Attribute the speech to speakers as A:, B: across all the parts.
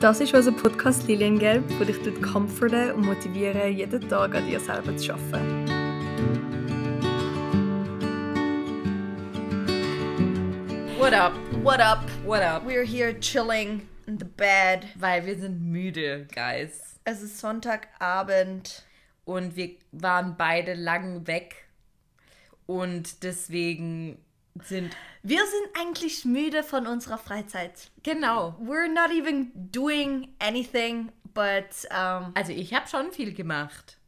A: Das ist unser Podcast Liliengelb, wo dich comforten und motivieren, jeden Tag an dir selber zu arbeiten.
B: What up?
C: What up?
B: What up?
C: We're here chilling in the bed.
B: Weil wir sind müde, Guys.
C: Es ist Sonntagabend.
B: Und wir waren beide lang weg. Und deswegen sind.
C: Wir sind eigentlich müde von unserer Freizeit.
B: Genau.
C: We're not even doing anything, but um,
B: Also, ich habe schon viel gemacht.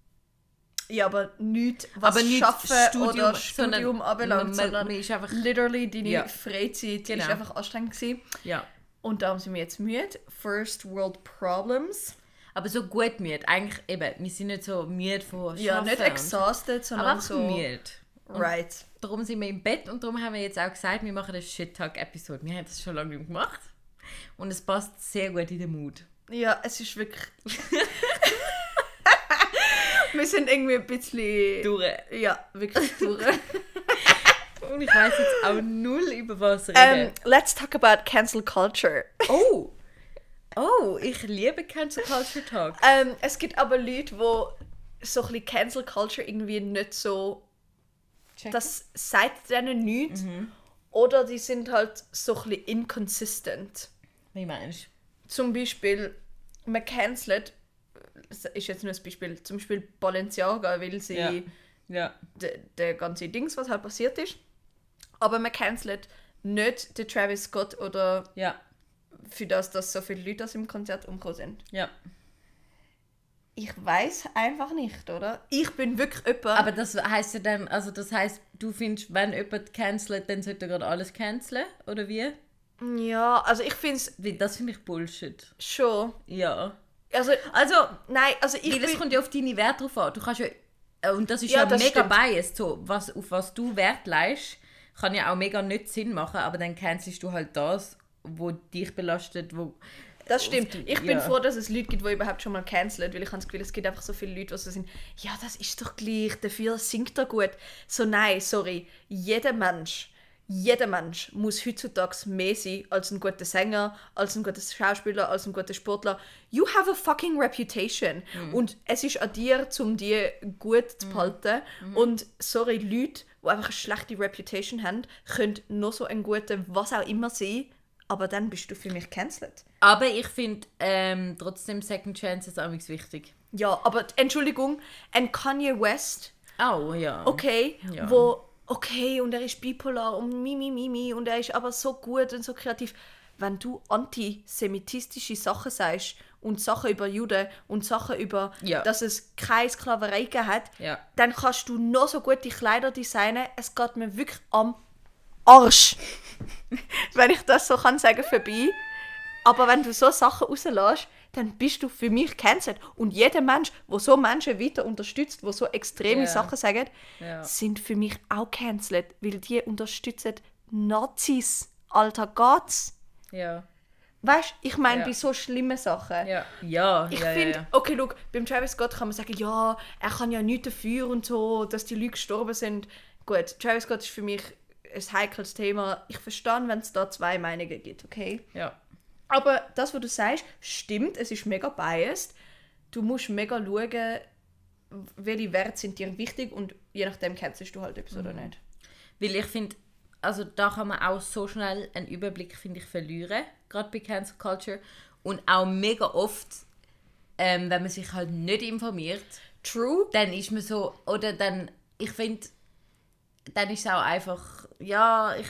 C: ja, aber nicht was
B: Aber nicht
C: schaffen
B: Studium,
C: oder
B: sondern
C: Studium anbelangt,
B: man-
C: sondern
B: man ist einfach-
C: literally deine
B: Ja.
C: Freizeit
B: Genau.
C: ist einfach anstrengend gewesen.
B: Ja.
C: Und darum sind wir jetzt müde. First World Problems.
B: Aber so gut müde. Eigentlich eben, wir sind nicht so müde von Schaffen.
C: Ja, nicht
B: und-
C: exhausted,
B: Aber
C: sondern
B: auch
C: so.
B: müde. Und
C: Right.
B: Darum sind wir im Bett und darum haben wir jetzt auch gesagt, wir machen eine Shit-Talk-Episode. Wir haben das schon lange nicht gemacht. Und es passt sehr gut in den Mut.
C: Ja, es ist wirklich. wir sind irgendwie ein bisschen.
B: Durch.
C: Ja, wirklich durch.
B: Und ich weiß jetzt auch null über was reden.
C: ähm, let's talk about cancel culture.
B: oh! Oh, ich liebe Cancel Culture Talk.
C: Ähm, es gibt aber Leute, wo so ein bisschen cancel culture irgendwie nicht so.
B: Check.
C: Das sagt denen nichts. Oder die sind halt so ein bisschen inconsistent.
B: Wie meinst
C: Zum Beispiel, man cancelt. Das ist jetzt nur ein Beispiel. Zum Beispiel Balenciaga, weil sie.
B: du? Ja. ja.
C: de- der ganze Dings, was halt passiert ist. Aber man cancelt nicht den Travis Scott oder
B: Ja.
C: für das, dass so viele Leute aus dem Konzert umgekommen sind.
B: Ja.
C: Ich weiß einfach nicht, oder? Ich bin wirklich jemand.
B: Aber das heißt ja dann, also das heißt, du findest, wenn jemand cancelt, dann sollte er gerade alles canceln, oder wie?
C: ja, also ich finde es
B: Weil Das finde ich Bullshit.
C: schon.
B: Ja.
C: Also,
B: Also,
C: nein, also ich
B: weil es
C: bin,
B: kommt ja auf deine Werte drauf an. Du kannst ja, äh, und das ist
C: Ja,
B: ja,
C: das
B: mega
C: stimmt.
B: biased, so, was, auf was du Wert leist, kann ja auch mega nicht Sinn machen, aber dann cancelst du halt das, wo dich belastet, wo...
C: das stimmt.
B: auf die-
C: Ich bin
B: ja.
C: froh, dass es Leute gibt, die überhaupt schon mal cancelt, weil ich habe das Gefühl, es gibt einfach so viele Leute, die so sind, ja, das ist doch gleich, dafür singt er gut. So, nein, sorry. Jeder Mensch, jeder Mensch muss heutzutage mehr sein als ein guter Sänger, als ein guter Schauspieler, als ein guter Sportler. You have a fucking reputation. Und es ist an dir, um die gut zu behalten. Und sorry, Leute, die einfach eine schlechte Reputation haben, können noch so ein guter, was auch immer sein, aber dann bist du für mich cancelled.
B: Aber ich finde ähm, trotzdem Second Chances auch wichtig.
C: Ja, aber Entschuldigung, ein Kanye West,
B: Auch, ja.
C: okay,
B: Ja.
C: wo, okay, und er ist bipolar und mimi, mimi, und er ist aber so gut und so kreativ. Wenn du antisemitistische Sachen sagst und Sachen über Juden und Sachen über,
B: Ja.
C: dass es keine Sklaverei gegeben hat,
B: Ja.
C: dann kannst du noch so gute Kleider designen. Es geht mir wirklich am Arsch, wenn ich das so kann sagen, vorbei. Aber wenn du so Sachen rauslässt, dann bist du für mich cancelled. Und jeder Mensch, wo so Menschen weiter unterstützt, wo so extreme
B: Ja.
C: Sachen sagen,
B: Ja.
C: sind für mich auch cancelled, weil die unterstützen Nazis. Alter, geht's?
B: Ja.
C: Weißt du, ich meine,
B: Ja.
C: bei so schlimmen Sachen.
B: Ja. Ja,
C: Ich
B: ja,
C: finde,
B: ja.
C: okay, look, beim Travis Scott kann man sagen, ja, er kann ja nichts dafür und so, dass die Leute gestorben sind. Gut, Travis Scott ist für mich ein heikles Thema. Ich verstehe, wenn es da zwei Meinungen gibt, okay?
B: Ja.
C: Aber das, was du sagst, stimmt, es ist mega biased. Du musst mega schauen, welche Werte sind dir wichtig und je nachdem kennst du halt etwas oder
B: Mhm.
C: nicht.
B: Weil ich finde, also da kann man auch so schnell einen Überblick, finde ich, verlieren, gerade bei Cancel Culture. Und auch mega oft, ähm, wenn man sich halt nicht informiert,
C: True.
B: dann ist man so, oder dann, ich finde, dann ist es auch einfach, ja, ich,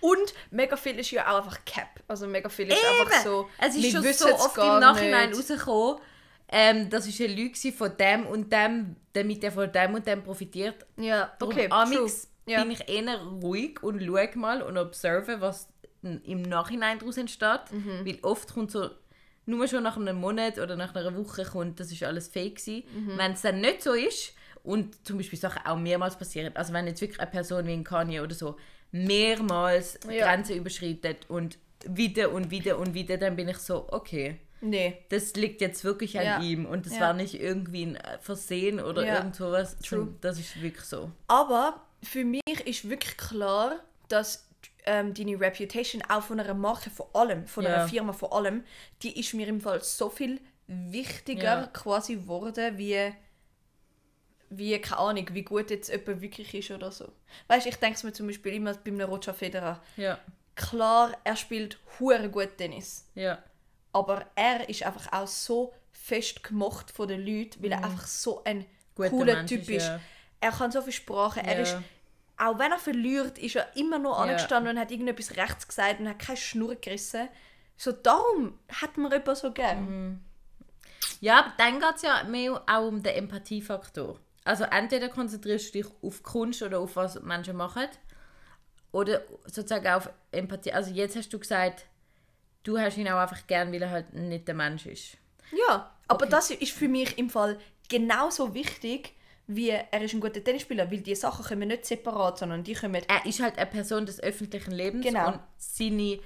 C: Und mega viel ist ja auch einfach Cap. Also mega viel ist einfach
B: Eben.
C: so.
B: es ist
C: wir
B: schon so
C: wissen's
B: oft
C: gar
B: im Nachhinein
C: nicht.
B: rausgekommen, ähm, das ist eine Lüge gewesen von dem und dem, damit er von dem und dem profitiert.
C: Ja,
B: Darum
C: okay.
B: Amix
C: true. Ja.
B: bin ich eher ruhig und schaue mal und observe, was n- im Nachhinein daraus entsteht.
C: Mhm.
B: Weil oft kommt so, nur schon nach einem Monat oder nach einer Woche kommt, das ist alles fake gewesen.
C: Mhm.
B: Wenn es dann nicht so ist und zum Beispiel Sachen auch mehrmals passieren, also wenn jetzt wirklich eine Person wie ein Kanye oder so mehrmals
C: Ja.
B: Grenzen überschreitet und wieder und wieder und wieder, dann bin ich so, okay
C: Nee.
B: das liegt jetzt wirklich an
C: Ja.
B: ihm und das
C: Ja.
B: war nicht irgendwie ein äh, Versehen oder
C: Ja.
B: irgend sowas.
C: True.
B: Das ist wirklich so.
C: Aber für mich ist wirklich klar, dass ähm, deine Reputation, auch von einer Marke vor allem, von
B: Ja.
C: einer Firma vor allem, die ist mir im Fall so viel wichtiger
B: Ja.
C: quasi geworden, wie, wie, keine Ahnung, wie gut jetzt jemand wirklich ist oder so. Weißt du, ich denke mir zum Beispiel immer bei einem Roger Federer.
B: Ja,
C: Klar, er spielt hure gut Tennis.
B: ja.
C: Aber er ist einfach auch so fest gemacht von den Leuten, weil er einfach so ein
B: Mhm. Guter
C: cooler
B: Mensch
C: Typ
B: ist,
C: ist.
B: ja.
C: Er kann so viel Sprache. Er
B: Ja.
C: ist, auch wenn er verliert, ist er immer noch
B: Ja.
C: angestanden und hat irgendetwas rechts gesagt und hat keine Schnur gerissen. So darum hat man jemanden so
B: Mhm.
C: gern.
B: Ja, aber dann geht es ja mehr auch um den Empathiefaktor. Also entweder konzentrierst du dich auf Kunst oder auf was Menschen machen. Oder sozusagen auf Empathie. Also jetzt hast du gesagt, du hast ihn auch einfach gern, weil er halt nicht der Mensch ist.
C: Ja, aber das ist für mich im Fall genauso wichtig, wie er ist ein guter Tennisspieler, weil die Sachen kommen nicht separat, sondern die kommen
B: Er ist halt eine Person des öffentlichen Lebens
C: Genau.
B: und seine,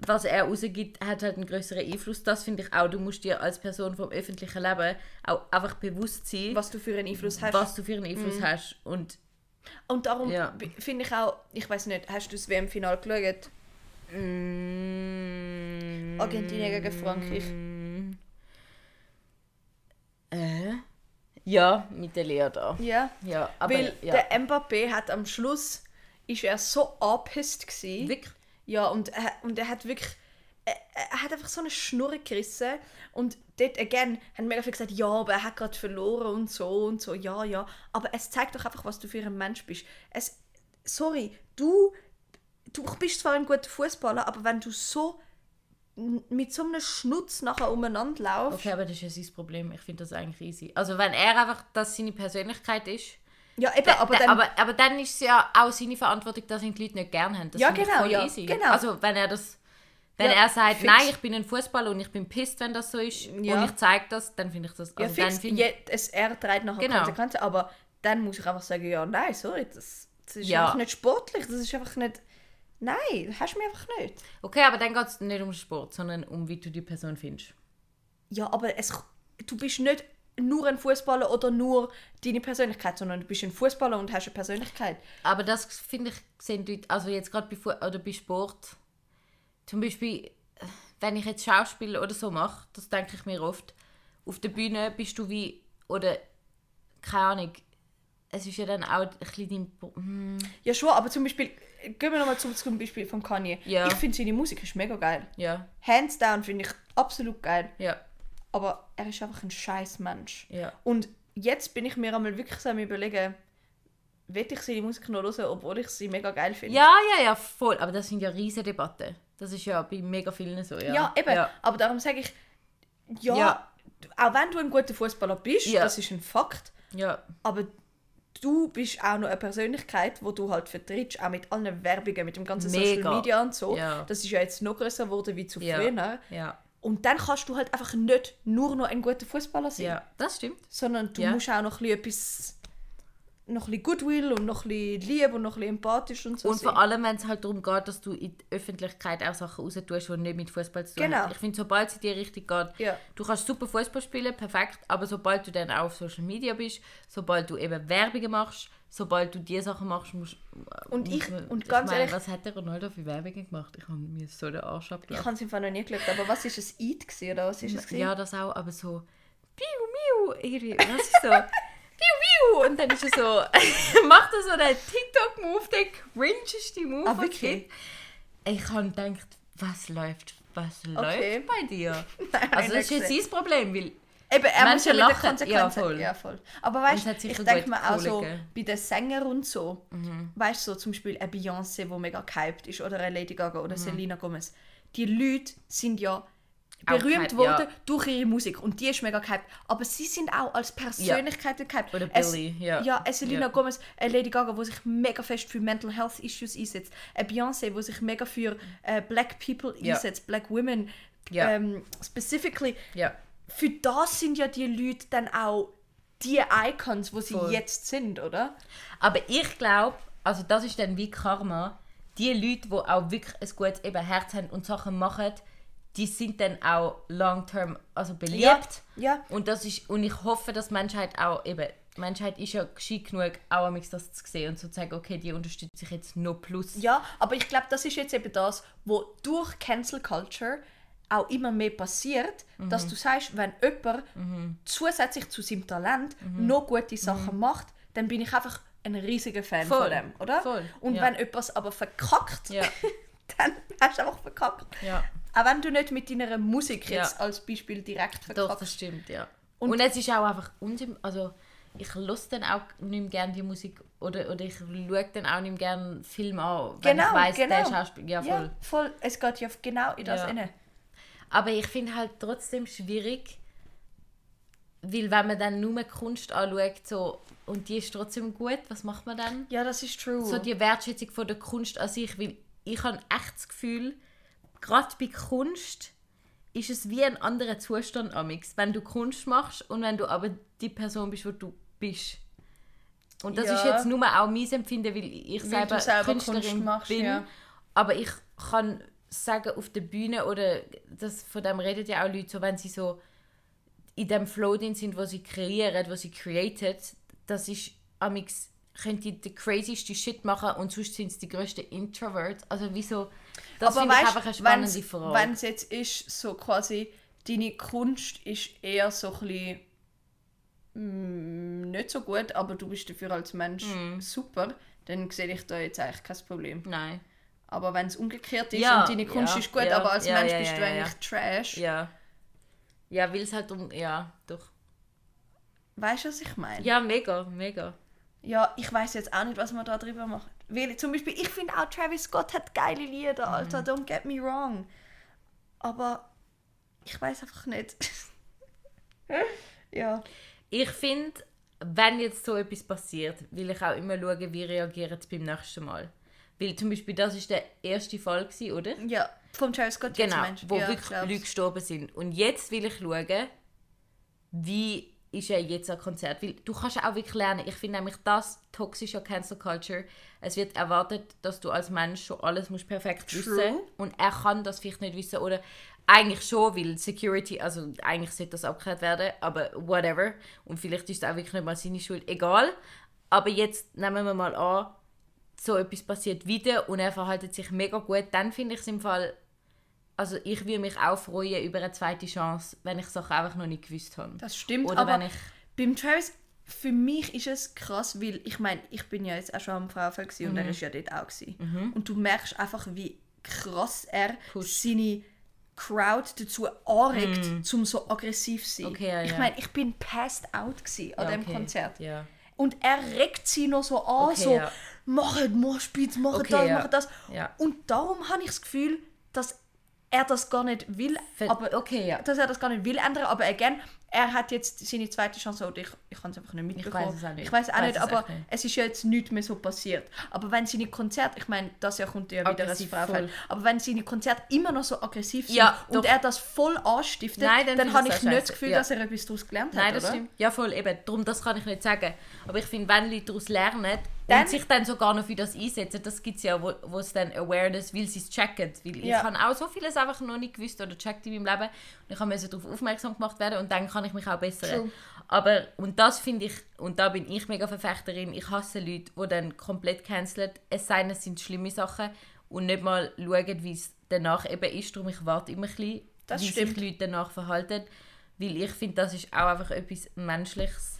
B: was er rausgibt, hat halt einen größeren Einfluss. Das finde ich auch. Du musst dir als Person vom öffentlichen Leben auch einfach bewusst sein, was,
C: was du für einen Einfluss hast.
B: du für einen Einfluss hast. Und
C: Und darum
B: Ja.
C: b- finde ich auch, ich weiß nicht, hast du das WM-Final geschaut? Argentinien gegen Frankreich.
B: ja, mit der Lea da.
C: Ja.
B: Ja, aber
C: Weil
B: ja.
C: der Mbappé hat am Schluss ist er so abpisst gsi.
B: Wirklich?
C: Ja, und er, und er hat wirklich er, er hat einfach so eine Schnur gerissen und dort again haben mega viel gesagt, ja, aber er hat gerade verloren und so und so, ja, ja, aber es zeigt doch einfach, was du für ein Mensch bist. Es sorry, du du bist zwar ein guter Fußballer, aber wenn du so n- mit so einem Schnutz nachher umeinander laufst,
B: Okay, aber das ist ja sein Problem. Ich finde das eigentlich easy. Also wenn er einfach das seine Persönlichkeit ist,
C: ja, eben, aber
B: da-
C: dann
B: aber, aber dann ist es ja auch seine Verantwortung, dass ihn die Leute nicht gern haben. Das
C: Ja,
B: finde ich
C: genau,
B: voll
C: ja,
B: easy.
C: genau.
B: Also wenn er das, wenn
C: Ja,
B: er sagt,
C: fix.
B: nein, ich bin ein Fußballer und ich bin pisst, wenn das so ist
C: Ja.
B: und ich zeige das, dann finde ich das.
C: Ja,
B: also
C: fix,
B: dann finde
C: je, es, er trägt nachher
B: Genau.
C: Konsequenzen, aber dann muss ich einfach sagen, ja, nein, sorry, das, das ist
B: Ja.
C: einfach nicht sportlich, das ist einfach nicht, nein, hast du mich einfach nicht.
B: Okay, aber dann geht es nicht um Sport, sondern um wie du die Person findest.
C: Ja, aber es, du bist nicht nur ein Fußballer oder nur deine Persönlichkeit, sondern du bist ein Fußballer und hast eine Persönlichkeit.
B: Aber das finde ich, sehen die Leute, also jetzt gerade bei, Fu- oder bei Sport, zum Beispiel, wenn ich jetzt Schauspiel oder so mache, das denke ich mir oft, auf der Bühne bist du wie, oder, keine Ahnung, es ist ja dann auch ein bisschen dein... Pro- Hm,
C: Ja, schon, aber zum Beispiel, gehen wir nochmal zum, zum Beispiel von Kanye.
B: Ja.
C: Ich finde seine Musik ist mega geil.
B: ja,
C: Hands down finde ich absolut geil.
B: ja,
C: aber er ist einfach ein scheiß Mensch.
B: Ja.
C: Und jetzt bin ich mir einmal wirklich so am überlegen, will ich seine Musik noch hören, obwohl ich sie mega geil finde.
B: ja, ja, ja, voll, aber das sind ja riesige Debatten. Das ist ja bei mega vielen so, ja.
C: Ja, eben. Aber darum sage ich, ja,
B: Ja.
C: auch wenn du ein guter Fußballer bist,
B: Ja.
C: das ist ein Fakt,
B: ja.
C: aber du bist auch noch eine Persönlichkeit, wo du halt vertrittst, auch mit allen Werbungen, mit dem ganzen
B: Mega.
C: Social Media und so.
B: Ja.
C: Das ist ja jetzt noch größer geworden wie zu
B: Ja.
C: früher.
B: ja,
C: Und dann kannst du halt einfach nicht nur noch ein guter Fußballer sein.
B: ja, das stimmt.
C: sondern du
B: Ja.
C: musst auch noch ein bisschen etwas noch ein bisschen Goodwill und noch ein bisschen Liebe und noch ein bisschen empathisch und so
B: Und vor
C: sein.
B: allem, wenn es halt darum geht, dass du in die Öffentlichkeit auch Sachen raus tust, die nicht mit Fußball zu tun
C: Genau.
B: haben. Ich finde, sobald es in die Richtung geht,
C: Ja.
B: du kannst super Fußball spielen, perfekt, aber sobald du dann auch auf Social Media bist, sobald du eben Werbungen machst, sobald du diese Sachen machst, musst äh,
C: Und
B: muss
C: ich-
B: man-
C: und ganz
B: meine,
C: ehrlich-
B: was hat der Ronaldo für Werbungen gemacht? Ich habe mir so den Arsch
C: Ich
B: abgelassen.
C: habe es im Fall noch nie geglaubt, aber was ist es Eid gewesen, oder was ist es gewesen?
B: Ja, das auch, aber so Piu, miu, irgendwie, was ist so? Piu, miu, und dann ist er so, macht er so den TikTok-Move, den cringeste Move.
C: Ah,
B: was es
C: wirklich?
B: gibt. Ich habe gedacht, was läuft, was
C: Okay.
B: läuft bei dir?
C: Nein,
B: Also das
C: nicht
B: ist jetzt
C: gesehen.
B: sein Problem, weil
C: Eben, er muss
B: Menschen
C: ja mit
B: lachen.
C: der Konsequenz
B: Ja, voll.
C: ja, voll. Aber weißt
B: Und es hat
C: du,
B: sicher
C: ich denke
B: gut
C: mir auch so,
B: Kohle gegeben.
C: bei den Sängern und so,
B: Mhm.
C: weißt du, so zum Beispiel eine Beyoncé, die mega gehypt ist, oder eine Lady Gaga
B: Mhm.
C: oder Selena Gomez, die Leute sind ja
B: Auch
C: berühmt
B: gehypt, ja.
C: worden durch ihre Musik und die ist mega gehypt. Aber sie sind auch als Persönlichkeiten gehypt.
B: Oder
C: Es-
B: Billie, ja.
C: Ja, eine Selena
B: Ja.
C: Gomez, eine Lady Gaga, die sich mega fest für Mental Health Issues einsetzt. Eine Beyoncé, die sich mega für äh, Black People
B: Ja.
C: einsetzt, Black Women.
B: Ja.
C: Ähm, specifically
B: ja,
C: für das sind ja die Leute dann auch die Icons, wo sie
B: Voll.
C: jetzt sind, oder?
B: Aber ich glaube, also das ist dann wie Karma. Die Leute, die auch wirklich ein gutes eben Herz haben und Sachen machen, die sind dann auch long-term also beliebt.
C: Ja, ja.
B: Und, das ist, und ich hoffe, dass die Menschheit auch eben die Menschheit ist ja gescheit genug, auch am das zu sehen und zu sagen, okay, die unterstützt sich jetzt noch plus.
C: Ja, aber ich glaube, das ist jetzt eben das, wo durch Cancel Culture auch immer mehr passiert,
B: Mhm.
C: dass du sagst, wenn jemand zusätzlich zu seinem Talent
B: Mhm.
C: noch gute Sachen macht, dann bin ich einfach ein riesiger Fan
B: Voll.
C: von dem, oder?
B: Voll,
C: Und
B: ja.
C: wenn etwas aber verkackt,
B: Ja.
C: dann hast du einfach verkackt.
B: Ja.
C: Auch wenn du nicht mit deiner Musik
B: Ja.
C: jetzt als Beispiel direkt
B: Doch,
C: verkackst.
B: das stimmt, ja. Und,
C: Und-
B: es ist auch einfach unsym also ich lasse dann auch nicht mehr gerne die Musik oder, oder ich schaue dann auch nicht mehr gerne Film an, wenn ich
C: Genau,
B: weiss, der
C: genau.
B: Schauspieler, ja voll.
C: Ja, voll. Es geht ja genau in das
B: Ja.
C: inne.
B: Aber ich finde halt trotzdem schwierig, weil wenn man dann nur Kunst anschaut so, und die ist trotzdem gut, was macht man dann?
C: Ja, das ist true.
B: So die Wertschätzung von der Kunst an sich, weil ich habe echt das Gefühl, gerade bei Kunst ist es wie ein anderer Zustand amix, wenn du Kunst machst und wenn du aber die Person bist, wo du bist. Und das
C: Ja.
B: ist jetzt nur auch mein Empfinden, weil ich
C: Weil
B: selber,
C: du selber
B: Künstlerin
C: Kunst machst,
B: bin.
C: ja.
B: Aber ich kann sagen, auf der Bühne oder das, von dem redet ja auch Leute, so, wenn sie so in dem Flow drin sind, wo sie kreieren, wo sie created, das ist amix können die den crazysten Shit machen und sonst sind es die grössten Introverts. Also wieso? Das
C: aber
B: finde ich
C: weißt,
B: einfach eine spannende Frage.
C: Wenn es jetzt ist, so quasi, deine Kunst ist eher so ein bisschen mm, nicht so gut, aber du bist dafür als Mensch
B: Mhm.
C: super, dann sehe ich da jetzt eigentlich kein Problem.
B: Nein.
C: Aber wenn es umgekehrt ist
B: Ja,
C: und deine Kunst
B: ja,
C: ist gut,
B: ja,
C: aber als
B: ja,
C: Mensch
B: ja,
C: bist
B: ja,
C: du
B: ja,
C: eigentlich Trash,
B: Ja. Ja, weil es halt um. Ja, doch.
C: weißt du, was ich meine?
B: Ja, mega, mega.
C: Ja, ich weiß jetzt auch nicht, was man da drüber macht. Weil zum Beispiel, ich finde auch Travis Scott hat geile
B: Mhm.
C: Lieder, Alter, don't get me wrong. Aber ich weiß einfach nicht. ja.
B: Ich finde, wenn jetzt so etwas passiert, will ich auch immer schauen, wie reagieren sie beim nächsten Mal. Weil zum Beispiel, das ist der erste Fall, gewesen, oder?
C: Ja, vom Travis Scott
B: Genau,
C: jetzt meinst du?
B: wo
C: ja,
B: wirklich
C: glaub's.
B: Leute gestorben sind. Und jetzt will ich schauen, wie ist er jetzt am Konzert. Weil du kannst auch wirklich lernen. Ich finde nämlich das toxisch an Cancel Culture. Es wird erwartet, dass du als Mensch schon alles musst perfekt wissen Und er kann das vielleicht nicht wissen. Oder eigentlich schon, weil Security, also eigentlich sollte das abgeklärt werden, aber whatever. Und vielleicht ist es auch wirklich nicht mal seine Schuld. Egal. Aber jetzt nehmen wir mal an, so etwas passiert wieder und er verhaltet sich mega gut, dann finde ich es im Fall also ich würde mich auch freuen über eine zweite Chance, wenn ich Sachen einfach noch nicht gewusst habe.
C: Das stimmt,
B: Oder
C: aber
B: wenn ich-
C: beim Travis, für mich ist es krass, weil ich meine, ich bin ja jetzt auch schon am Frauenfeld gewesen
B: Mhm.
C: und er ist ja dort auch gewesen. Und du merkst einfach, wie krass er
B: Pusht. Mhm.
C: seine Crowd dazu anregt, zum so aggressiv zu sein.
B: Okay, ja,
C: ich
B: ja.
C: meine, ich bin passed out gewesen an dem
B: okay.
C: Konzert.
B: Ja.
C: Und er regt sie noch so an,
B: Okay,
C: so,
B: ja.
C: machet Moschpitz, machet
B: Okay,
C: das,
B: ja.
C: machet das.
B: Ja.
C: Und darum habe ich das Gefühl, dass er das gar nicht will,
B: Ver-
C: aber
B: okay, ja.
C: dass er das gar nicht will ändern, aber again, er hat jetzt seine zweite Chance oder ich, ich kann es einfach nicht mitbekommen.
B: weiss es auch nicht.
C: Ich weiß auch
B: Ich weiss
C: nicht,
B: es
C: aber
B: echt nicht.
C: es ist ja jetzt nichts mehr so passiert. Aber wenn seine Konzerte, ich meine, das Jahr kommt ja wieder als
B: Aggressiv,
C: Frauenfeld, aber wenn seine Konzerte immer noch so aggressiv sind
B: Ja,
C: und
B: doch.
C: er das voll anstiftet,
B: Nein, dann
C: dann,
B: finde
C: habe
B: ich
C: ich
B: es
C: nicht
B: auch
C: das Gefühl,
B: scheiße.
C: dass er etwas daraus gelernt hat,
B: Nein, das
C: oder?
B: stimmt. Ja, voll, eben. Darum, das kann ich nicht sagen. Aber ich finde, wenn Leute daraus lernen
C: Dann-
B: und sich dann sogar noch für das einsetzen, das gibt es ja, wo, wo es dann Awareness, weil sie es checken. Weil
C: Ja.
B: ich habe auch so vieles einfach noch nicht gewusst oder checkt in meinem Leben. Und ich musste darauf aufmerksam gemacht werden und dann kann ich mich auch bessern.
C: True.
B: Aber, und das finde ich, und da bin ich mega Verfechterin, ich hasse Leute, die dann komplett canceln, es sei denn, es sind schlimme Sachen und nicht mal schauen, wie es danach eben ist. Darum, ich warte immer ein bisschen,
C: Das
B: wie
C: stimmt.
B: sich die Leute danach verhalten. Weil ich finde, das ist auch einfach etwas Menschliches.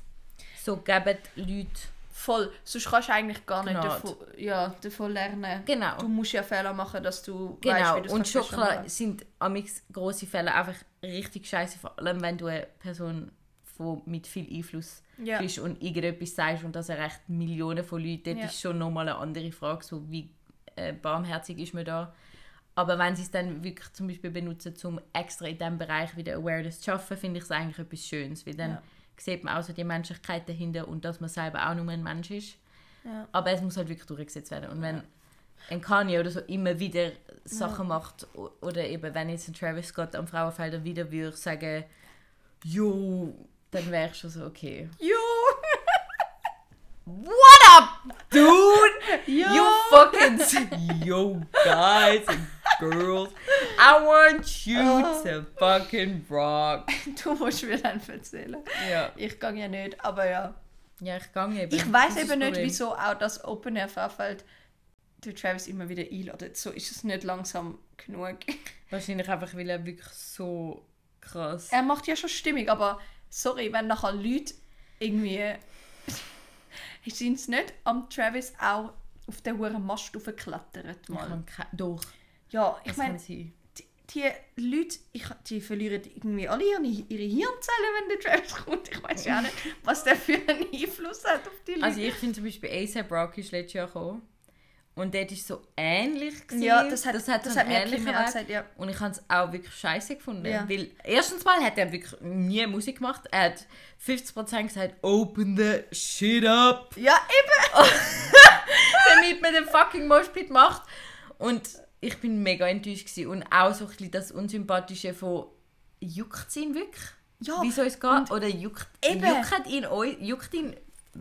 B: So geben die Leute.
C: Voll. Sonst kannst du eigentlich gar nicht
B: Gnade.
C: davon, ja, davon lernen.
B: Genau.
C: Du musst ja Fehler machen, dass du
B: Genau,
C: weißt, wie du
B: und schon klar
C: kannst.
B: sind amix grosse Fälle einfach richtig scheiße, vor allem wenn du eine Person von, mit viel Einfluss
C: Ja.
B: bist und irgendetwas sagst und das erreicht Millionen von Leuten.
C: Ja.
B: Das ist schon nochmal eine andere Frage, so wie äh, barmherzig ist man da. Aber wenn sie es dann wirklich zum Beispiel benutzen, um extra in diesem Bereich wieder Awareness zu schaffen, finde ich es eigentlich etwas Schönes, weil dann
C: Ja.
B: sieht man auch so die Menschlichkeit dahinter und dass man selber auch nur ein Mensch ist.
C: Ja.
B: Aber es muss halt wirklich durchgesetzt werden. Und wenn ein Kanye oder so immer wieder Sachen macht o- oder eben wenn jetzt ein Travis Scott am Frauenfelder wieder würde sagen, jo, dann wäre ich schon so, okay.
C: Jo!
B: What up, dude?
C: Jo!
B: You fucking s- yo guys and girls. I want you to fucking rock.
C: Du musst mir dann erzählen.
B: Ja.
C: Ich gehe ja nicht, aber ja.
B: Ja, ich gehe eben.
C: Ich weiß
B: Das ist
C: eben
B: das
C: nicht,
B: Problem.
C: wieso auch das Open Air Vorfeld der Travis immer wieder einladet. So ist es nicht langsam genug.
B: Wahrscheinlich einfach, weil er wirklich so krass.
C: er macht ja schon Stimmung, aber sorry, wenn nachher Leute irgendwie. sind es nicht am Travis auch auf den hohen Mast geklettert?
B: Ich
C: Mal.
B: kann ke- Doch,
C: Ja, ich
B: das kann
C: meine,
B: sein.
C: die, die Leute, ich, die verlieren irgendwie alle ihre, ihre Hirnzellen, wenn der Travis kommt. Ich weiß ja auch nicht, was der für einen Einfluss hat auf die Leute.
B: Also ich finde zum Beispiel A$AP Rocky ist letztes Jahr gekommen. Und dort war es so ähnlich. Gewesen.
C: Ja, das hat- das
B: so
C: hat
B: einen
C: mir
B: ähnlichen
C: Kimmy auch
B: Weg.
C: gesagt, ja.
B: Und ich habe es auch wirklich scheiße gefunden.
C: Ja.
B: Weil erstens mal hat er wirklich nie Musik gemacht. Er hat 50% gesagt, open the shit up.
C: ja, eben!
B: damit man den fucking Moshpit macht. Und ich bin mega enttäuscht gewesen. Und auch so ein bisschen das Unsympathische von juckt ihn wirklich?
C: Ja,
B: Wie soll es gehen? Oder juckt,
C: eben.
B: juckt ihn euch? Juckt ihn?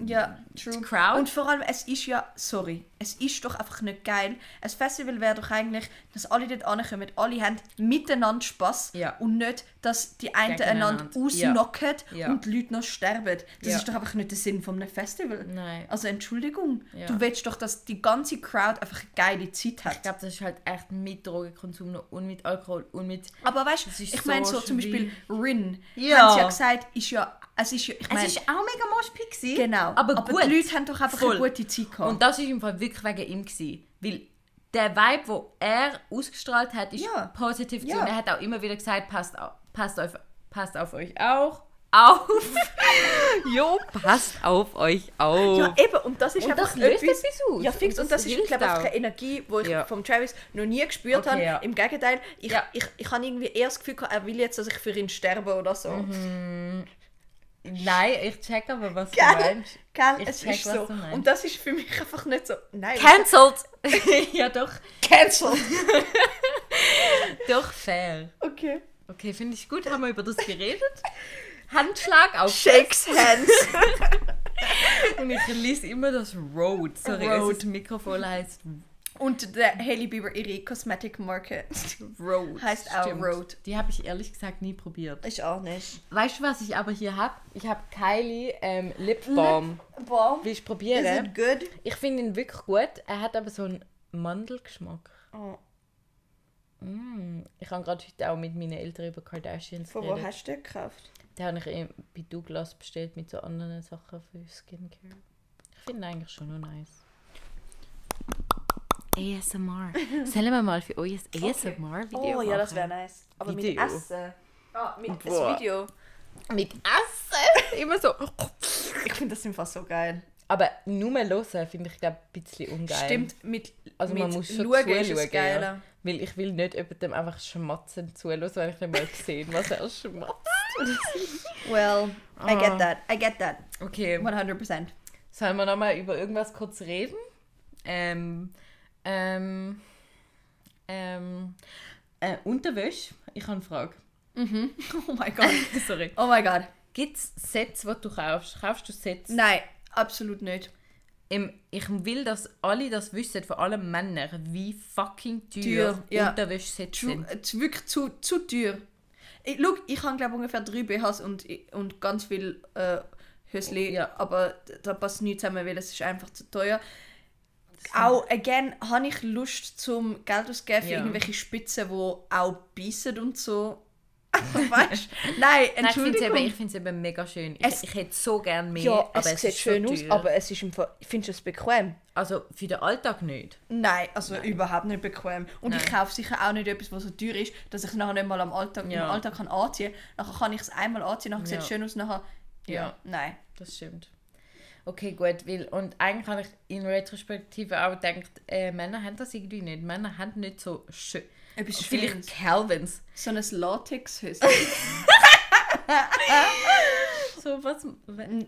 C: Ja, true.
B: crowd.
C: Und vor allem, es ist ja, sorry, es ist doch einfach nicht geil. Ein Festival wäre doch eigentlich, dass alle dort ankommen, alle haben miteinander Spaß
B: Ja.
C: und nicht, dass die einen einander
B: Gegeneinander. Ja.
C: ausnocken
B: Ja.
C: und die Leute noch sterben. Das
B: Ja.
C: ist doch einfach nicht der Sinn von einem Festival.
B: Nein.
C: Also Entschuldigung,
B: Ja.
C: du willst doch, dass die ganze Crowd einfach eine geile Zeit
B: Ich
C: hat.
B: glaube, das ist halt echt mit Drogenkonsum noch und mit Alkohol und mit...
C: Aber weißt
B: Das
C: du,
B: ist
C: ich meine
B: so
C: so zum Beispiel Rin,
B: Ja.
C: haben sie ja gesagt, ist ja, es ist ja, ich meine,
B: es war auch mega Moshpit. gewesen,
C: genau,
B: aber, gut.
C: die Leute haben doch einfach
B: Voll.
C: eine gute Zeit gehabt.
B: Und das war im Fall wirklich wegen ihm. Gewesen, weil der Vibe, den er ausgestrahlt hat, ist
C: Ja.
B: positiv.
C: Ja.
B: Ja. Und er hat auch immer wieder gesagt, passt, au- passt, auf, passt auf euch auch. Auf! jo, passt auf euch auf!
C: Ja, eben, und das ist
B: Und
C: einfach
B: das löst etwas aus.
C: Ja, fix,
B: Und
C: und das,
B: das
C: ist,
B: hilft
C: glaube ich,
B: auch.
C: keine Energie, die ich
B: Ja.
C: vom Travis noch nie gespürt
B: Okay,
C: habe.
B: ja.
C: Im Gegenteil, ich,
B: Ja.
C: ich, ich habe irgendwie eher das Gefühl, gehabt, er will jetzt, dass ich für ihn sterbe oder so.
B: Mhm. Nein, ich check aber, was
C: Gell?
B: du meinst.
C: Gell?
B: Ich
C: es
B: check,
C: ist
B: was
C: so.
B: du meinst.
C: Und das ist für mich einfach nicht so. Nein,
B: Cancelled! ja, doch,
C: cancelled.
B: doch fair.
C: Okay.
B: Okay, finde ich gut, haben wir über das geredet. Handschlag auf
C: Shakes hands.
B: und ich lese immer das Road. Sorry,
C: Road.
B: unser Mikrofon heißt
C: und der Hailey Bieber, ihre Cosmetic Marke.
B: Road.
C: Heißt auch Road. Äh.
B: Die habe ich ehrlich gesagt nie probiert.
C: Ich auch nicht.
B: Weißt du, was ich aber hier habe? Ich habe Kylie ähm, Lip Balm.
C: Bomb.
B: Will ich
C: Is
B: probieren?
C: it good?
B: Ich finde ihn wirklich gut. Er hat aber so einen Mandelgeschmack. Mm.
C: Oh,
B: Ich habe gerade heute auch mit meinen Eltern über Kardashians
C: von wo
B: geredet.
C: hast du den gekauft?
B: Den habe ich eben bei Douglas bestellt mit so anderen Sachen für Skincare. Ich finde ihn eigentlich schon noch nice. ASMR. Sollen wir mal für euch ein ASMR-Video
C: Oh ja, das wäre nice. Aber
B: Video.
C: mit Essen. Ah, mit
B: Boah.
C: das Video.
B: Mit Essen! Immer so.
C: Ich finde das einfach so geil.
B: Aber nur hören finde ich, glaube ein bisschen ungeil.
C: Stimmt, mit,
B: Also
C: mit
B: man muss schon
C: Schauen
B: zuschauen,
C: ist es
B: ja.
C: geiler.
B: Weil ich will nicht jemandem einfach schmatzen zuhören, wenn ich nicht mal sehe, was er schmatzt.
C: Well, I
B: Ah.
C: get that. I get that.
B: Okay.
C: 100%.
B: Sollen wir nochmal über irgendwas kurz reden? Ähm, ähm, ähm, äh, Unterwäsche? Ich habe eine Frage.
C: Oh mein Gott.
B: Sorry.
C: Oh mein Gott.
B: Gibt es Sets, die du kaufst? Kaufst du Sets?
C: Nein, absolut nicht.
B: Im, ich will, dass alle das wissen, vor allem Männer, wie fucking teuer
C: Teuer, ja.
B: Unterwäsche-Sets
C: Zu,
B: sind.
C: äh, zu, wirklich zu, zu teuer. Ich, look, ich habe glaube ungefähr drei BHs und, und ganz viel äh, Hösli,
B: Ja.
C: aber d- da passt nichts zusammen, weil es ist einfach zu teuer. Auch, again, habe ich Lust zum Geld ausgeben für
B: Ja.
C: irgendwelche Spitzen, die auch beißen und so. weißt du? Nein,
B: Nein, ich finde es
C: Entschuldigung.
B: eben, ich find's eben mega schön. Ich,
C: Es-
B: ich hätte so gerne mehr,
C: Ja,
B: aber
C: es,
B: es
C: sieht
B: ist
C: schön
B: so
C: aus,
B: teuer.
C: aber es ist im Fall, findest du es bequem?
B: Also für den Alltag nicht.
C: Nein, also überhaupt nicht bequem. Und ich
B: Nein.
C: kaufe sicher auch nicht etwas, was so teuer ist, dass ich es nachher nicht mal am Alltag,
B: Ja.
C: im Alltag kann anziehen kann. Nachher kann ich es einmal anziehen, nachher sieht es
B: Ja.
C: schön aus, nachher... Ja.
B: Ja.
C: Nein.
B: Das stimmt. Okay, gut. Weil, und eigentlich habe ich in Retrospektive auch gedacht, äh, Männer haben das irgendwie nicht. Männer haben nicht so schön.
C: Etwas
B: Vielleicht
C: Schönes.
B: Calvins.
C: So ein Latex-Höschen.
B: So was
C: Mhm.
B: we-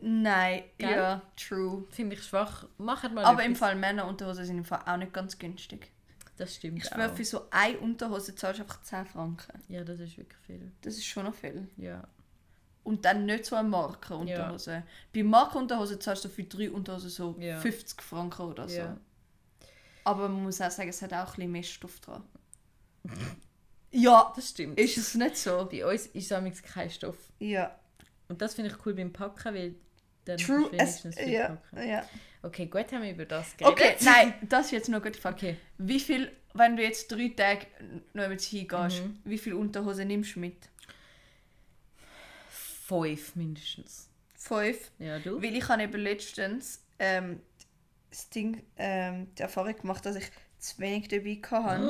C: Nein.
B: Gell?
C: Ja, true.
B: finde ich schwach. Macht mal
C: Aber im
B: etwas.
C: Fall Männerunterhosen sind im Fall auch nicht ganz günstig.
B: Das stimmt.
C: Ich schwöre,
B: auch.
C: für so eine Unterhose zahlst du einfach 10 Franken.
B: Ja, das ist wirklich viel.
C: Das ist schon noch viel.
B: Ja.
C: Und dann nicht so eine Markenunterhose. Bei Markenunterhose zahlst du für drei Unterhosen so
B: Ja.
C: 50 Franken oder so.
B: Ja.
C: Aber man muss auch sagen, es hat auch ein bisschen mehr Stoff dran. ja,
B: Das stimmt.
C: ist es nicht so?
B: Bei uns ist es kein Stoff.
C: Ja.
B: Und das finde ich cool beim Packen, weil Dann
C: True as.
B: wenigstens viel
C: Ja,
B: packen.
C: ja.
B: Okay, gut haben wir über das geredet.
C: Okay, nein, das ist jetzt noch eine gute Frage.
B: Okay.
C: Wie viel, wenn du jetzt drei Tage noch mit hingehst,
B: Mhm.
C: wie viel Unterhose nimmst du mit?
B: Fünf mindestens.
C: Fünf.
B: Ja, du?
C: Weil ich habe eben letztens ähm, das Ding, ähm, die Erfahrung gemacht, dass ich zu wenig dabei hatte.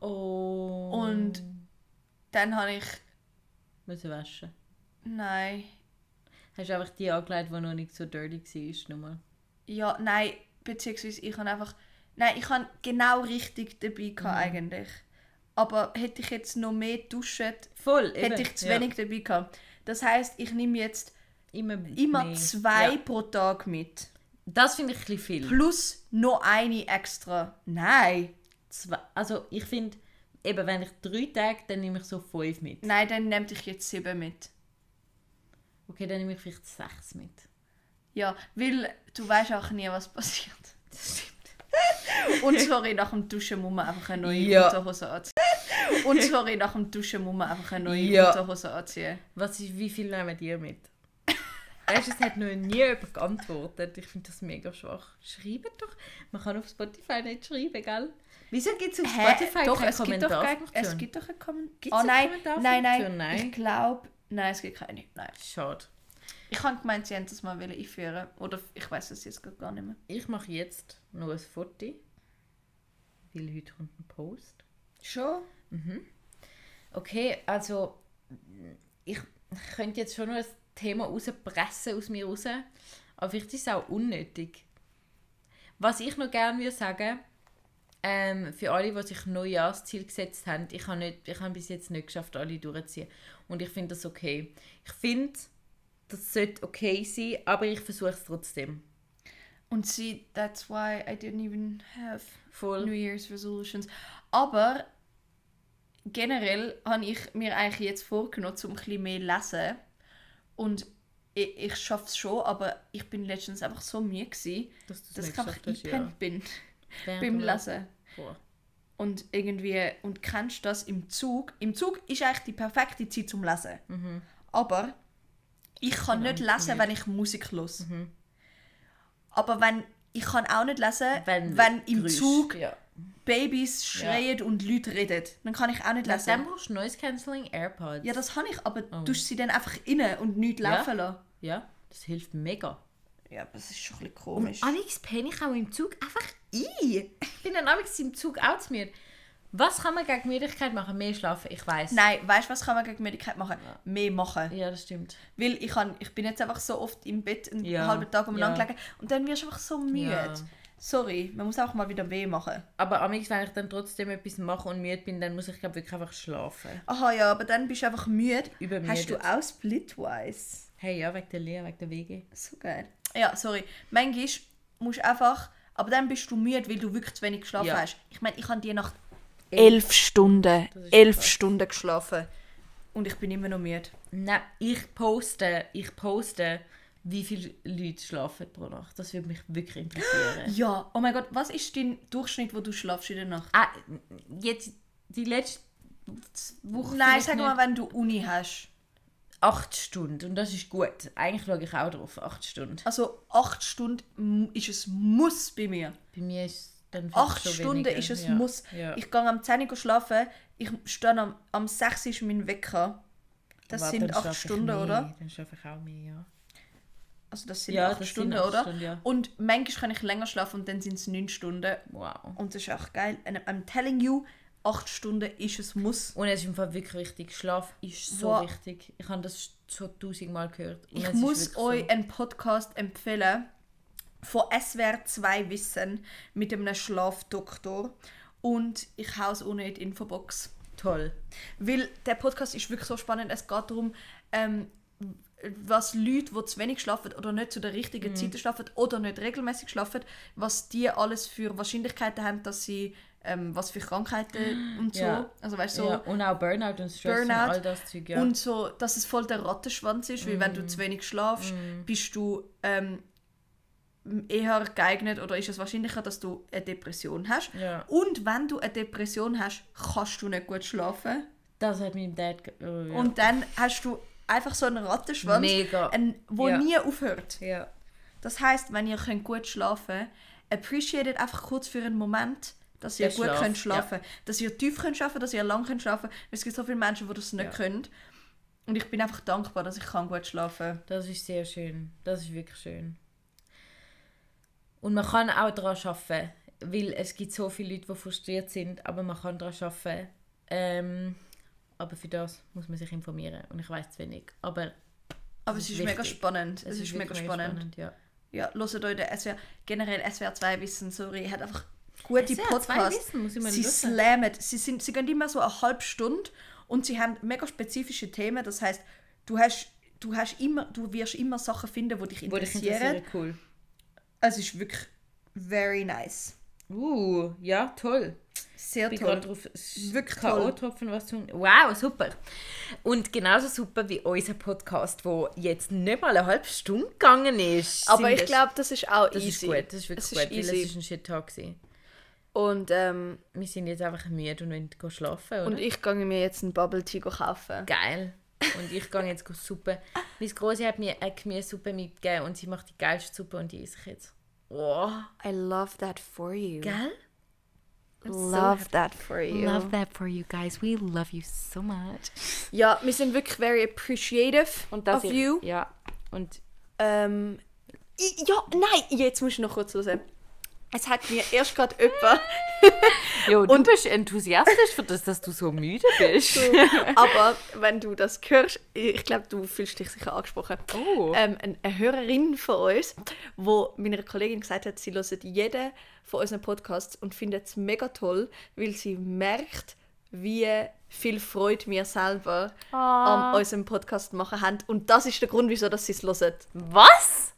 B: Ah. Oh.
C: Und dann habe ich,
B: Müssen waschen.
C: nein,
B: Hast du einfach die angelegt, die noch nicht so dirty war? Nochmal.
C: ja, nein, beziehungsweise ich habe einfach, nein, ich habe genau richtig dabei gehabt
B: Mhm.
C: eigentlich. Aber hätte ich jetzt noch mehr duschet,
B: Voll, eben.
C: hätte ich zu
B: ja.
C: wenig dabei gehabt. Das heißt, ich nehme jetzt
B: Immer,
C: immer
B: mehr.
C: zwei
B: Ja.
C: pro Tag mit.
B: Das finde ich ein bisschen viel.
C: Plus noch eine extra. Nein.
B: zwei, also ich finde, eben wenn ich drei Tage, dann nehme ich so fünf mit.
C: Nein, dann nehme ich jetzt sieben mit.
B: Okay, dann nehme ich vielleicht sechs mit.
C: Ja, weil du weißt auch nie, was passiert.
B: Das stimmt.
C: Und sorry, nach dem Duschen muss man einfach eine neue
B: Ja.
C: Unterhose anziehen. Und sorry, nach dem Duschen muss man einfach eine neue
B: Ja.
C: Unterhose anziehen.
B: Was ist, wie viel nehmen die mit? Weißt du, es hat noch nie jemand geantwortet. Ich finde das mega schwach. Schreibt doch. Man kann auf Spotify nicht schreiben, gell? Wieso gibt es auf Spotify
C: Hä? Doch,
B: keine
C: es gibt, doch kein,
B: Kommentarfunktion?
C: es gibt doch einen Kommentar.
B: Gibt's
C: Oh
B: eine
C: nein, nein,
B: Kommentarfunktion?
C: nein,
B: Nein.
C: Ich glaube, nein, es gibt keine. Nein.
B: Schade.
C: Ich habe gemeint, sie hätten das mal wollen einführen Oder ich weiß es jetzt gerade gar nicht mehr.
B: Ich mache jetzt noch ein Foto. Weil heute kommt ein Post.
C: Schon?
B: Okay, also ich könnte jetzt schon noch ein Thema rauspressen aus mir raus, aber vielleicht ist es auch unnötig. Was ich noch gerne würde sagen, ähm, für alle, die sich Neujahrsziel gesetzt haben, ich habe, nicht, ich habe bis jetzt nicht geschafft, alle durchzuziehen. Und ich finde das okay. Ich finde, das sollte okay sein, aber ich versuche es trotzdem.
C: Und sie, that's why I didn't even have
B: Voll.
C: New Year's Resolutions. Aber generell habe ich mir eigentlich jetzt vorgenommen, um ein bisschen mehr zu lesen. Und ich, ich schaffe es schon, aber ich bin letztens einfach so müde, gewesen,
B: Dass du's
C: dass
B: nicht
C: ich einfach
B: geschafft hast,
C: eingepennt
B: ja. genau.
C: bin
B: Während
C: beim
B: du-
C: Lesen.
B: Boah.
C: Und irgendwie, und kennst das im Zug? Im Zug ist eigentlich die perfekte Zeit zum Lesen.
B: Mhm.
C: Aber ich kann nicht
B: genau
C: lesen, wenn ich Musik los.
B: Mhm.
C: Aber wenn ich kann auch nicht lesen, wenn, im
B: Geräusch,
C: Zug
B: Ja.
C: Babys schreien und Leute reden. Dann kann ich auch nicht
B: Lesen. Dann
C: lesen.
B: brauchst du Noise Cancelling AirPods.
C: Ja, das habe ich, aber
B: Oh.
C: tust sie dann einfach inne und nichts
B: Ja.
C: laufen lassen.
B: Ja, das hilft mega.
C: Ja, aber das ist schon ein bisschen komisch.
B: Alex penne ich auch im Zug einfach ein. Ich bin dann Alex im Zug auch zu mir. Was kann man gegen Müdigkeit machen? Mehr schlafen, ich weiß.
C: Nein, weißt du, was kann man gegen Müdigkeit machen? Mehr machen.
B: Ja, das stimmt.
C: Weil ich, kann, ich bin jetzt einfach so oft im Bett einen
B: Ja.
C: halben Tag umeinander
B: Ja.
C: gelegen und dann wirst du einfach so müde.
B: Ja.
C: Sorry, man muss auch mal wieder weh machen.
B: Aber Amix, wenn ich dann trotzdem etwas mache und müde bin, dann muss ich glaube wirklich einfach schlafen.
C: Aha, ja, aber dann bist du einfach müde.
B: Übermüdet.
C: Hast du auch Splitwise?
B: Hey, ja, wegen der Lehre, wegen der Wege.
C: So geil. Ja, sorry. Manchmal musst du einfach, aber dann bist du müde, weil du wirklich zu wenig geschlafen
B: Ja.
C: hast. Ich meine, ich habe die Nacht elf Stunden, elf Stunden geschlafen. Und ich bin immer noch müde.
B: Nein, ich poste, ich poste, wie viele Leute schlafen pro Nacht. Das würde mich wirklich interessieren.
C: Ja, oh mein Gott, was ist dein Durchschnitt, wo du schlafst in der Nacht?
B: ah, jetzt, die letzte Woche...
C: Nein,
B: vielleicht
C: sag
B: nicht.
C: mal, wenn du Uni hast.
B: acht Stunden und das ist gut. Eigentlich schaue ich auch drauf, acht Stunden.
C: Also acht Stunden m- ist es Muss bei mir.
B: Bei mir ist es dann vielleicht
C: Acht
B: schon
C: Stunden
B: weniger.
C: ist es
B: ja.
C: Muss.
B: Ja.
C: Ich gehe am 10 Uhr schlafen, ich stehe am, am 6 Uhr ist mein Wecker. Das
B: Aber
C: sind
B: dann
C: acht
B: schaffe ich
C: Stunden,
B: mehr.
C: oder?
B: Dann schaffe ich auch mehr, ja.
C: Also das sind
B: Ja,
C: acht
B: das sind
C: Stunden,
B: acht
C: oder?
B: Stunden, ja.
C: Und manchmal kann ich länger schlafen und dann sind es neun Stunden.
B: Wow.
C: Und das ist auch geil. And I'm telling you, acht Stunden ist es Muss.
B: Und es ist im Fall wirklich wichtig. Schlaf ist so
C: Wow.
B: wichtig. Ich habe das schon tausendmal gehört. Und
C: Ich
B: es ist
C: muss
B: wirklich
C: euch einen Podcast empfehlen von SWR 2 Wissen mit einem Schlafdoktor. Und ich hau's ohne in die Infobox.
B: So toll.
C: Weil der Podcast ist wirklich so spannend. Es geht darum, ähm, was Leute, die zu wenig schlafen oder nicht zu der
B: Mhm.
C: richtigen Zeit schlafen oder nicht regelmäßig schlafen, was die alles für Wahrscheinlichkeiten haben, dass sie ähm, was für Krankheiten und so.
B: Ja.
C: Also weißt du, so,
B: ja. Und auch Burnout und Stress und
C: Burnout
B: all das Zeug. Ja. Mhm.
C: und so, dass es voll der Rattenschwanz ist, weil wenn du zu wenig schlafst, bist du ähm, eher geeignet oder ist es wahrscheinlicher, dass du eine Depression hast.
B: Ja.
C: Und wenn du eine Depression hast, kannst du nicht gut schlafen.
B: das hat meinem Dad... ge- Oh, ja.
C: Und dann hast du
D: einfach so ein Rattenschwanz,
B: Mega.
D: Ein, wo
B: Ja.
D: nie aufhört.
B: Ja.
D: Das heißt, wenn ihr könnt gut schlafen appreciated einfach kurz für einen Moment, dass ihr
B: Den
D: gut
B: Schlaf,
D: könnt schlafen Dass ihr tief könnt schlafen dass ihr lang könnt schlafen Es gibt so viele Menschen, die das nicht
B: Ja.
D: können. Und ich bin einfach dankbar, dass ich kann gut schlafen
B: Das ist sehr schön. Das ist wirklich schön. Und man kann auch daran arbeiten, weil es gibt so viele Leute, die frustriert sind, aber man kann daran arbeiten. Ähm, aber für das muss man sich informieren und ich weiß zu wenig. Aber
D: Aber
B: Das
D: es ist
B: ist
D: mega
B: wichtig.
D: spannend.
B: es
D: Es ist, mega
B: wirklich
D: spannend.
B: ja.
D: Ja, hört euch den SWR, generell SWR 2 Wissen, sorry, hat einfach gute
B: SWR 2
D: Podcasts.
B: Wissen, muss ich mal
D: sie
B: hören.
D: slammen, sie, sind, sie gehen immer so eine halbe Stunde und sie haben mega spezifische Themen. Das heißt, du hast, du hast immer, du wirst immer Sachen finden, die dich
B: Würde ich
D: interessieren. Also,
B: interessieren, cool.
D: Es ist wirklich very nice.
B: Uh, ja, toll.
D: Sehr
B: bin gerade
D: toll.
B: drauf.
D: Wirklich
B: Wirklich
D: toll.
B: K.O.-Tropfen was tun. Wow, super. Und genauso super wie unser Podcast, wo jetzt nicht mal eine halbe Stunde gegangen ist.
C: Aber
B: Sind
C: ich
B: es-
C: glaube, das ist auch
B: das
C: easy.
B: ist gut. Das ist wirklich
C: Es
B: gut, weil
C: easy.
B: es ist ein shit Tag gewesen.
C: Und, ähm,
B: Wir sind jetzt einfach müde und wollen gehen schlafen, oder?
C: und ich gehe mir jetzt einen Bubble Tea kaufen.
B: Geil. Und ich gehe jetzt gehen Suppe. Meine Große hat mir eine Gemüsesuppe mitgegeben und sie macht die geilste Suppe und die esse ich jetzt. Oh,
C: I love that for you.
B: geil?
C: Love that for you.
B: Love that for you guys. We love you so much.
C: Ja, wir sind wirklich very appreciative of
B: ich-
C: you.
B: Ja. Und
C: Ähm, i- ja, nein, jetzt musst du noch kurz hören. Es hat mir erst gerade jemand,
B: Jo, du und bist enthusiastisch für das, dass du so müde bist.
C: aber wenn du das hörst, ich glaube, du fühlst dich sicher angesprochen.
B: Oh.
C: Ähm, ein- eine Hörerin von uns, wo meiner Kollegin gesagt hat, sie hört jeden von unseren Podcasts und findet es mega toll, weil sie merkt, wie viel Freude wir selber an unserem Podcast machen haben. Und das ist der Grund, wieso dass sie es hören.
B: Was?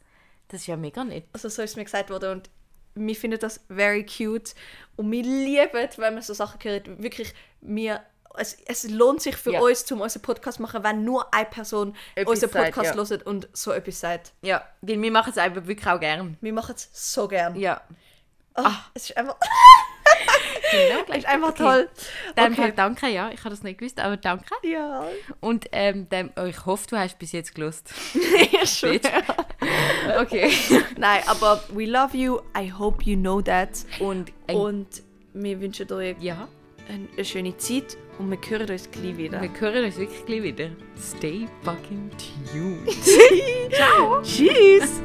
B: Das ist ja mega nett.
C: Also so ist mir gesagt worden und wir finden das very cute und wir lieben, wenn man so Sachen hört. Wirklich, wir, es, es lohnt sich für
B: Ja.
C: uns, um unseren Podcast zu machen, wenn nur eine Person
B: Etwas
C: unseren Podcast
B: sagt, ja.
C: hört und so etwas sagt.
B: Ja, weil wir machen es einfach wirklich auch gern.
D: Wir machen es so gern.
B: Ja.
D: Ah, es ist einfach,
B: Genau
C: Es
B: gleich.
C: ist einfach
B: Okay.
C: toll.
B: Dann
C: Okay.
B: okay. danke, ja. Ich habe das nicht gewusst, aber danke.
C: Ja,
B: Und ähm, dann, oh, ich hoffe, du hast bis jetzt gelust.
C: ja schon.
B: Okay.
C: Nein, aber we love you. I hope you know that.
B: Und, ein,
C: Und wir wünschen euch
B: ja,
C: eine eine schöne Zeit und wir hören uns gleich wieder.
B: wir hören uns wirklich gleich wieder. Stay fucking tuned.
C: Tschüss!